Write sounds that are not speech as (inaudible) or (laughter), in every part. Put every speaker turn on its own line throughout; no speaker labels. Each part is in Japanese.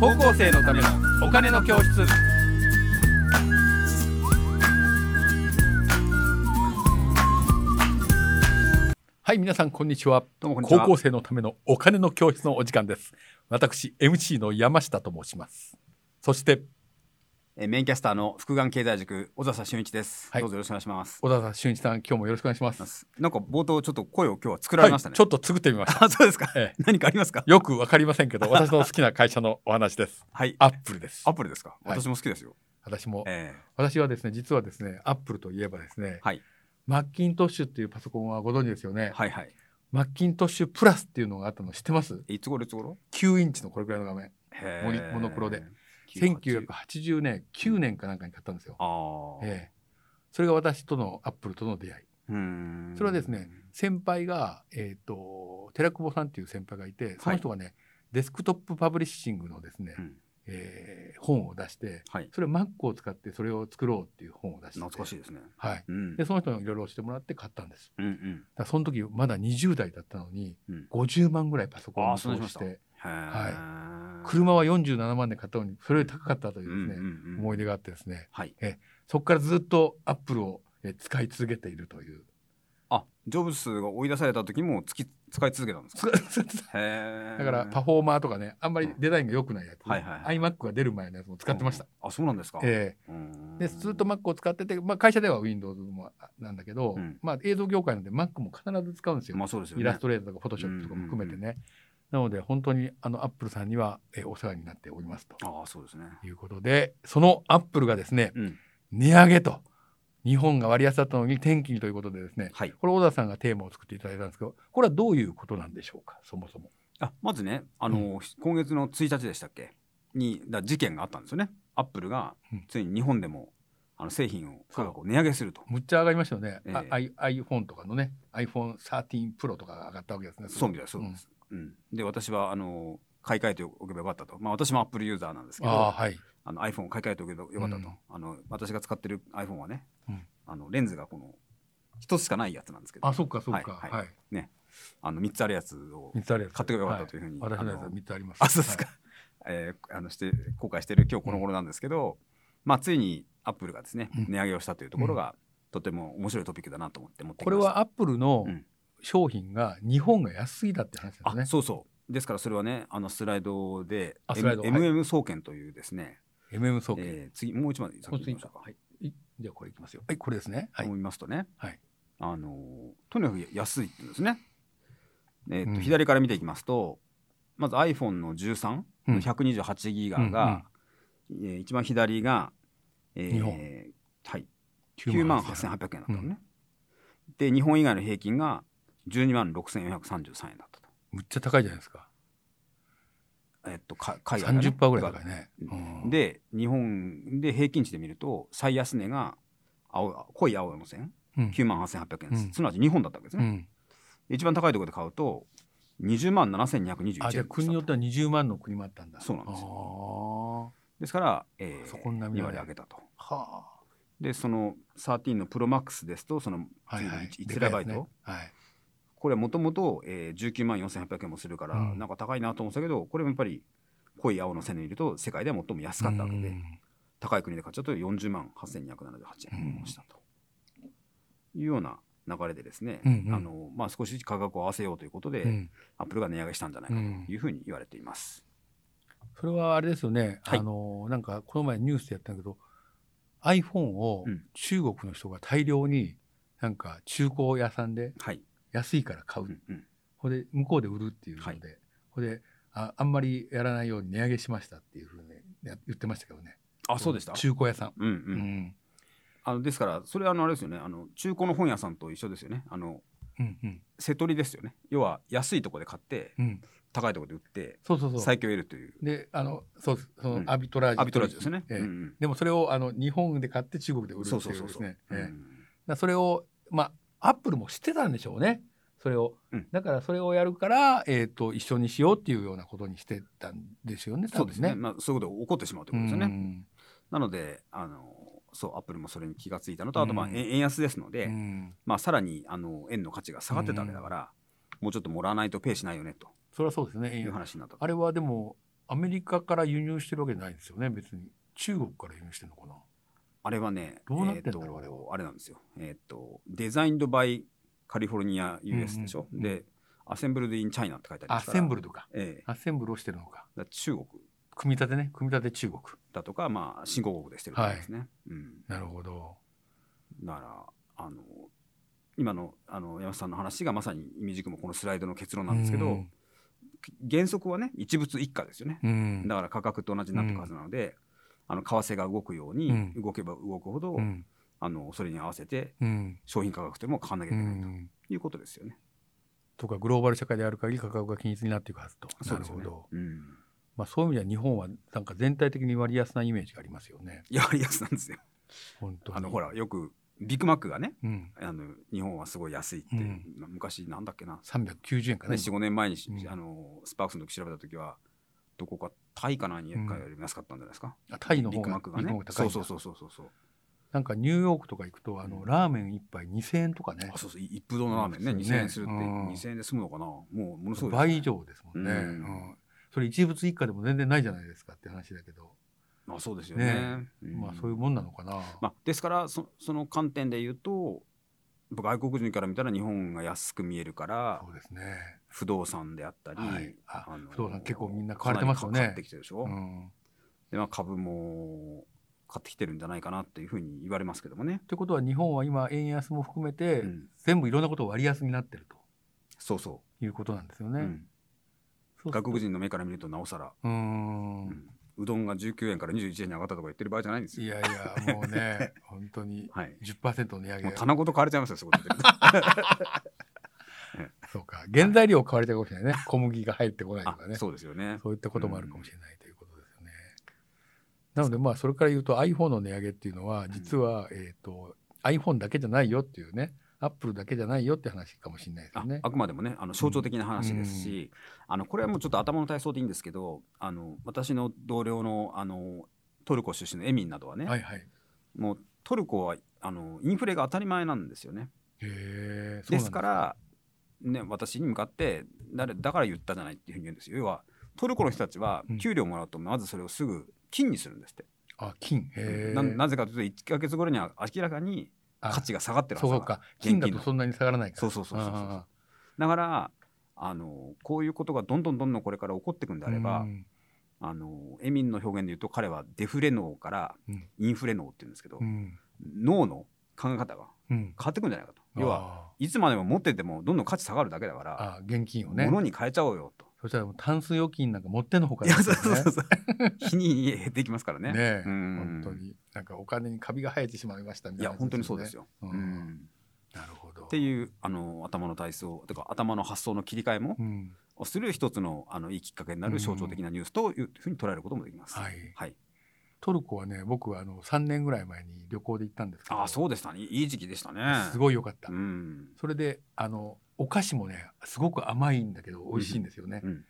高校生のためのお金の教室はい皆さんこんにちは
どうもこんにち
高
は
校生のためのお金の教室のお時間です私 MC の山下と申しますそして
えーメインキャスターの福眼経済塾小笹俊一です、
はい
どうぞよろしくお願いします
小田俊一さん今日もよろしくお願いします
なんか冒頭ちょっと声を今日は作られました
はい、
ね、
ちょっと作ってみまし
(laughs)
た、 (laughs)
あそうですか
ええ
何かありますか
よくわかりませんけど私の好きな会社のお話です
(laughs) はい
アップルです
アップルですか、
はい
私も好きですよ
私も
え
私はですね実はですねアップルといえばですね、
はい
マッキントッシュっていうパソコンはご存知ですよね、
ー、はいはい
マッキントッシュプラスっていうのがあったの知ってます
いつ頃いつ頃
9インチのこれくらいの画面
へー
モニモノクロで
98
1980年9年かなんかに買ったんですよ、
ああ、
ええそれが私とのアップルとの出会いう
ーん
それはですね先輩が、えー、と寺久保さんっていう先輩がいてその人がね、デスクトップパブリッシングのですね、
うん
えー本を出して
はい
それ Mac を使ってそれを作ろうっていう本を出して
懐かしいですね
はい、
うん
でその人にいろいろしてもらって買ったんです
うんうん
だからその時まだ20代だったのに
うん
50万ぐらいパソコン
あー
を
そ
投
うなり
資
ま
し
した
て
へー
車は47万で買ったのにそれより高かったといううんで
う
すね、
んうん
思い出があってですね
はい
そこからずっとアップルをえー使い続けているという
あジョブスが追い出された時もつき使い続けたんですか
使い続けて
へえ
(laughs) だからパフォーマーとかねあんまりデザインが良くないやつ、
はいはいは
iMac が出る前のやつも使ってました、
あそうなんですか
え
うーん
えでずっと Mac を使ってて、まあ、会社では Windows もあなんだけど、
うん
まあ、映像業界なんで Mac も必ず使うんですよ
まあそうですよね
イラストレーターとかフォトショップとかも含めてね、なので本当にあのアップルさんにはえーお世話になっておりますと
ああそうですね
いうことでそのアップルがですね
うん
値上げと日本が割安だったのに転勤ということでですね
はい
これ小田さんがテーマを作っていただいたんですけどこれはどういうことなんでしょうかそもそも。
あまずねあの、今月の1日でしたっけにだ事件があったんですよねアップルが
うん
ついに日本でもあの製品を
そ
価
う
格を値上げすると
むっちゃ上がりましたよね、あ
ええ
I iPhone とかのね iPhone13 Pro とかが上がったわけですね。
そうみたいですそう
うん
です、うんで私はあの買い替えておけばよかったとまあ私もアップルユーザーなんですけど
ああ
あ
はい
の iPhone を買い替えておけばよかったと、
うん
あの私が使ってる iPhone はね、
うん
あのレンズがこの一つしかないやつなんですけど
あそっかそっかは、
はいいはいあの3つあるやつを
3つあるやつ
買っておけばよかったと
い
いうふうに、
う私のやつ
あ
は
の
3つあり (laughs) ます。
あそうですか、えーあのして後悔してる今日この頃なんですけど、まあ、ついにアップルがですね、
うん
値上げをしたというところが、とても面白いトピックだなと思って持ってき
こ
ま
れ
した
はアップルの
うん
商品が日本が安すぎだって話ですね
あ。そうそうですからそれはねあのスライドで
あスライド
M- MM 総研というですね、
MM 総研、
えー次もう一枚先に行きましょうか、はい
いじゃあこれいきますよ。はいこれですね。はい。
思いますとね、
はい
あのーとにかく安いって言うんですね、えーと
うん
左から見ていきますとまず iPhone の13
うん
の128ギガが、えー一番左が、えー
日本
はい9
9
万
八
8800
千
円だったのね、で日本以外の平均が12万6433円だったと,、
むっちゃ高いじゃないですか。
えっとか海外が
三
ね
十パーぐらい高いね。うん、
で日本で平均値で見ると最安値が青濃い青の線
うん、
9万8800円です、
うん
すなわち日本だったわけです
う
ね、
ん。
で一番高いところで買うと20万7221円
あじゃあ国によっては二十万の国もあったんだ。
そうなんですよ
よ。
ですから、えー、
そこんなに
2
まで
割上げたと
は
でその13のプロマックスですとその
あ。はいはい。
1テラバイト、
でかいやつねはい。
これはもともと19万4800円もするから、
うん
なんか高いなと思ってたけどこれもやっぱり濃い青の線で見ると世界では最も安かったわけで、
うん
高い国で買っちゃうと40万8278円もしたと、いうような流れでですね、
うんうん
あのまあ、少し価格を合わせようということで、
うん
アップルが値上げしたんじゃないかというふうに言われています。
それはあれですよね、
はい
あのなんかこの前ニュースでやったんだけど iPhone を
うん
中国の人が大量になんか中古屋さんで
はい、
安いから買
う
う、
んうん
ほんで向こうで売るっていうので、
はい
ほんでああんまりやらないように値上げしましたっていうふうにや言ってましたけどね
あそうでした、
中古屋さん、
うんう、
うんん
あのですからそれはあのあれですよねあの中古の本屋さんと一緒ですよねあの
うんうん
瀬取りですよね要は安いところで買って
うん、
高いところで売って
そうそうそう
最強を得るという
であのそうですそ
うん
のアビトラージ、
アビトラージですね。
ええ
うんうん
でもそれをあの日本で買って中国で売るって
そ
いうう
そうそう
です
そう
ね、ええ
うん
だからそれをまあアップルも知ってたんでしょうねそれを、
うん
だからそれをやるから、えー、と一緒にしようっていうようなことにしてたんですよね
そうですね。
多分
まあそういうことが起こってしまうということですよね。
ん
なのであのそうアップルもそれに気がついたのとあとまあ
うん
円円安ですの
う
で
ん
まあさらにあの円の価値が下がってたわけだからもうちょっともらわないとペイしないよねと
それはそうですね
いう
えー
話になったと。
あれはでもアメリカから輸入してるわけじゃないんですよね別に中国から輸入してるのかな
あれはね、
どうなってんだろう
えーと
あれは
あれなんですよ。えっ、と、デザインドバイカリフォルニア US でしょ。
うんうんうん
で、アセンブルドインチャイナって書いてあり
ア
ますから。
センブルとか
ええ
アセンブルをしてるのか
だから中国
組み立てね組み立て中国
だとか、まあ、新興国でしてるからですね。うん。
なるほど
だから、あの、今のあの山下さんの話がまさに意味軸もこのスライドの結論なんですけど、
うん
原則はね一物一家ですよね、
うん
だから価格と同じになっていくはずなので、あの為替が動くように、
うん
動けば動くほど、
うん
あのそれに合わせて
うん
商品価格というのも変わらなき
う
ゃいけないと
ん
いうことですよね。
とかグローバル社会である限り価格が均一になっていくはずと
そうですよね
なるほど、
うん、
まあ、そういう意味では日本はなんか全体的に割安なイメージがありますよね
やりやすなんですよ。
本当に
あのほらよくビッグマックがね
うん、
あの日本はすごい安いって、
うん
まあ昔なんだっけな、ね、
390円かな、
45年前にし、
うん
あのスパークスの時調べた時はどこかタイか何かより安かったんじゃないですか、
あタイの
ビッ
方
グマッ
が
クが
日
ね
本が高い
そ
ん
う
だ
そうそうそうそうそう
なんかニューヨークとか行くとあの、
うん
ラーメン一杯2000円とかね
あそうそうい一風堂のラーメンね
うん
2000円するって
うん
2000円で済むのかなもうものすごいですね
倍以上ですもんね、
う
うんんそれ一物一家でも全然ないじゃないですかって話だけど、
まあそうですよね
ね
ん
まあそういうもんなのかな、
まあ、ですからそその観点で言うとやっぱ外国人から見たら日本が安く見えるから
そうですね、
不動産であったり、
はいあ
の
不動産結構みんな買われてますよね
かなり買ってきてるでしょ、
うん、っ
でまあ、株も買ってきてるんじゃないかなっていうふうに言われますけどもね、
てことは日本は今円安も含めて、
うん
全部いろんなことを割安になってる
そうそ
ということなんですよ
う、
ね、
うん
そうすると
外国人の目から見るとなおさら、
うー
うんんうどんが19円から21円に上がったとか言ってる場合じゃないんです
い
よ。
やいやもうね本当に
はい、
10%の値上
も
げ
う棚ごと買われちゃいますよ
(laughs)
そこで
そうか原材料を買われたかもしれないね小麦が入ってこないと
あ
かね
そうですよね。
そういったこともあるかもしれないということですよね。なのでまあそれから言うと iPhone の値上げっていうのは実は、えっ、と iPhone だけじゃないよっていうね Apple だけじゃないよって話かもしれないです
あ
よね。
あくまでもねあの象徴的な話ですし、あのこれはもうちょっと頭の体操でいいんですけどあの私の同僚のあのトルコ出身のエミンなどはね、
はいはい。
もうトルコはあのインフレが当たり前なんですよね。
へえ。
ですからね、私に向かって誰だから言ったじゃないっていうふうに言うんですよ。要はトルコの人たちは
うん
給料もらうとまずそれをすぐ金にするんですって、
そうなんですか。あ金。へえ。
ななぜかというと1か月頃には明らかに価値が下がって
あ
るはずな
そうそ
の
うか。金だとそんなに下がらないから。
そうそうそうそうそう
あ
だからあのこういうことがどんどんどんどんこれから起こっていくんで
ー
あれば、
うん
あのエミンの表現で言うと彼はデフレ脳から
うん
インフレ脳って言うんですけど、
うん
脳の考え方が
うん。
変わってくんじゃないかと要は
はい
つまでも持っててもどんどん価値下がるだけだから、
あ現金をね。
物に変えちゃおうよと。
そしたらもうタンス預金なんか持ってのほか
いや
です
そ
よ
うそうそうそう
(laughs)
日に減っていきますからね。
ねえ
うん
本当になんかお金にカビが生えてしまいましたみ
い
たい
や
な話ね、
本当にそうです
よ。
よ。
うん
うん
なるほど。
っていうあの頭の体操とか頭の発想の切り替えも
うん、
をする一つのあのいいきっかけになる象徴的なニュースというふうに捉えることもできます。
はい
はい、
トルコはね僕はあの3年ぐらい前に旅行で行ったんですけど
ああそうでしたねいい時期でしたね。
すごい良かった、
うん
それであのお菓子もねすごく甘いんだけど美味しいんですよね、
うん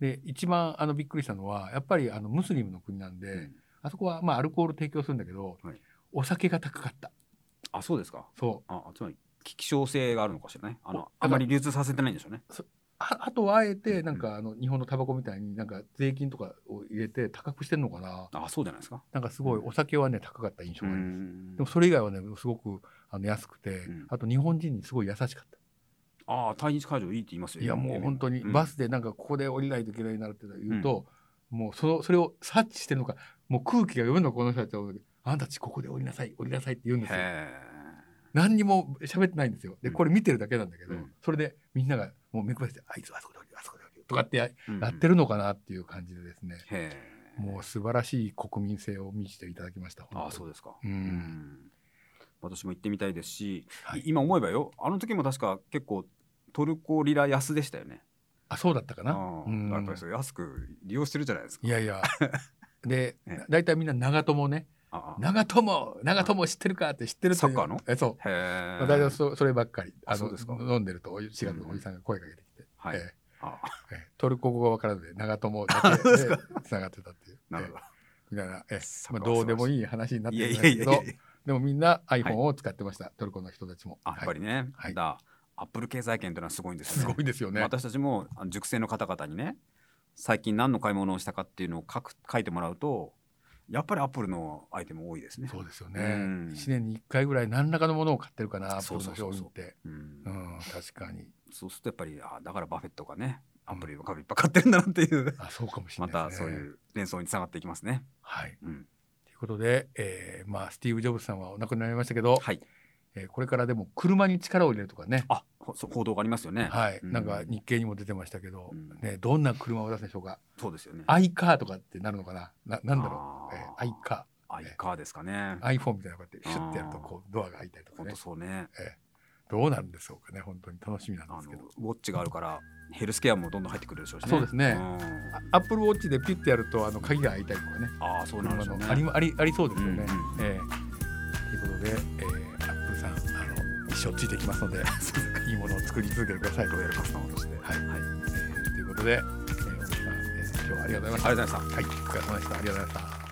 で一番あのびっくりしたのはやっぱりあのムスリムの国なんで、
うん
あそこはまあアルコール提供するんだけど、
はい
お酒が高かった
あそうですか。
そう
ああつまり希少性があるのかしらね。あ
おだ
の
か
あ
ら
まり流通させてないんでしょうね。
ああとはあえてなんかあの日本のタバコみたいになんか税金とかを入れて高くしてんのかな
あそうじゃないですか。
なんかすごいお酒はね高かった印象
う
があります、
ん
でもそれ以外はねすごくあの安くて、
ん
あと日本人にすごい優しかった
ああ対日会場いいって言いますよ。
いやもう本当に
うん
バスでなんかここで降りないといけないなって言うと、もうそのそれを察知してるのかもう空気が読むのこの人たちはあんたたちここで降りなさい降りなさいって言うんですよ
へ
何にも喋ってないんですよで
うん
これ見てるだけなんだけど、
うん
それでみんながもう目配せてあいつあそこで降りるあそこで降りるとかってや,、
え。
やって
る。
るのかなっていう感じでですね
へえ。
もう素晴らしい国民性を見せていただきました
ああそう
で
ですか。
うん
うん私も行ってみたいですし、
はい
い今思えばよあの時も確か結構トルコリラ安でしたよね。
あそうだったかな
ああ
うん
やっぱりそれ安く利用してるじゃないですか。
いや
(laughs)
いやで
ね
大体みんな長友ね
ああ
長友長友知ってるかって知ってるという
サッカーの
えそう
へ
まあ、
え。
大体そそればっかり
あ
あ
そう
の
ですか
飲んでると4月のおじさんが声かけてきて、
はい
ええ
あ
ええトルコ語が分からずで長友だけでつながってたっていう、
なる
え
ほど。
えみたいな、ええ
サッ
まあ、
カーは
どうでも
素晴らし
いい話になって
いや
るん
い
だ
や
け
いやいや
ど。でもみんな iPhone を使ってました、トルコの人たちも。
あやっぱ
り
りね。
はい
だアップル経済圏というのはすごいんです
す
よね
ご。いですよね。
私たちもあの熟成の方々にね最近何の買い物をしたかっていうのを書く書いてもらうとやっぱりアップルのアイテム多いですね。
そうですよ
うん
ね。一年に一回ぐらい何らかのものを買ってるかな、アップ
そう
ル
そ
の
うそ
商
う
品
そ
って。
うん
うん、確かに。
そうするとやっぱりあだからバフェットがねアップルの株いっぱい買ってるんだなって
(laughs)
いう、
あ、そうかもしれ
ま
な
た
いです
そう
ね。
いう連想につながっていきますね。
はい。
うん、
ということで、えーまあスティーブジョブズさんはお亡くなりになりましたけど、
はい
えーこれからでも車に力を入れるとかね。
あほそう報道がありますよね。
はい、
う
なんか日経にも出てましたけど、
うん
ね、どんな車を出すんでしょうか。
そうですよね。
アイカーとかってなるのかな。な、なんだろう。えー
あー
アイカ
アイカーですかね
ー、。アイフォンみたいなのこうやってシュッてやると
あー
こうドアが開いたりとか
本
ね
当。そうね。
どうなるんでしょうかね。本当に楽しみなん
あ
で
の
すけど。
ウォッチがあるからヘルスケアもどんどん入ってくるでしょうしね。
そうですね
ん
アップルウォッチでピュッてやるとあの鍵が開いたりとかね。
ああそうなんで
車
しょうね。
のありありありそうですよね。
うんうんうん
ええということで、えー、アップルさんあの一生ついていきますの
(laughs)
で、いいものを作り続けてくださいと
ロイヤルカスタマーとして。
はい
はい。
えーということで、えー、小野さん、えー今日はありがとうございました。
ありがとうございました。
はい、お疲れ様でした。ありがとうございました。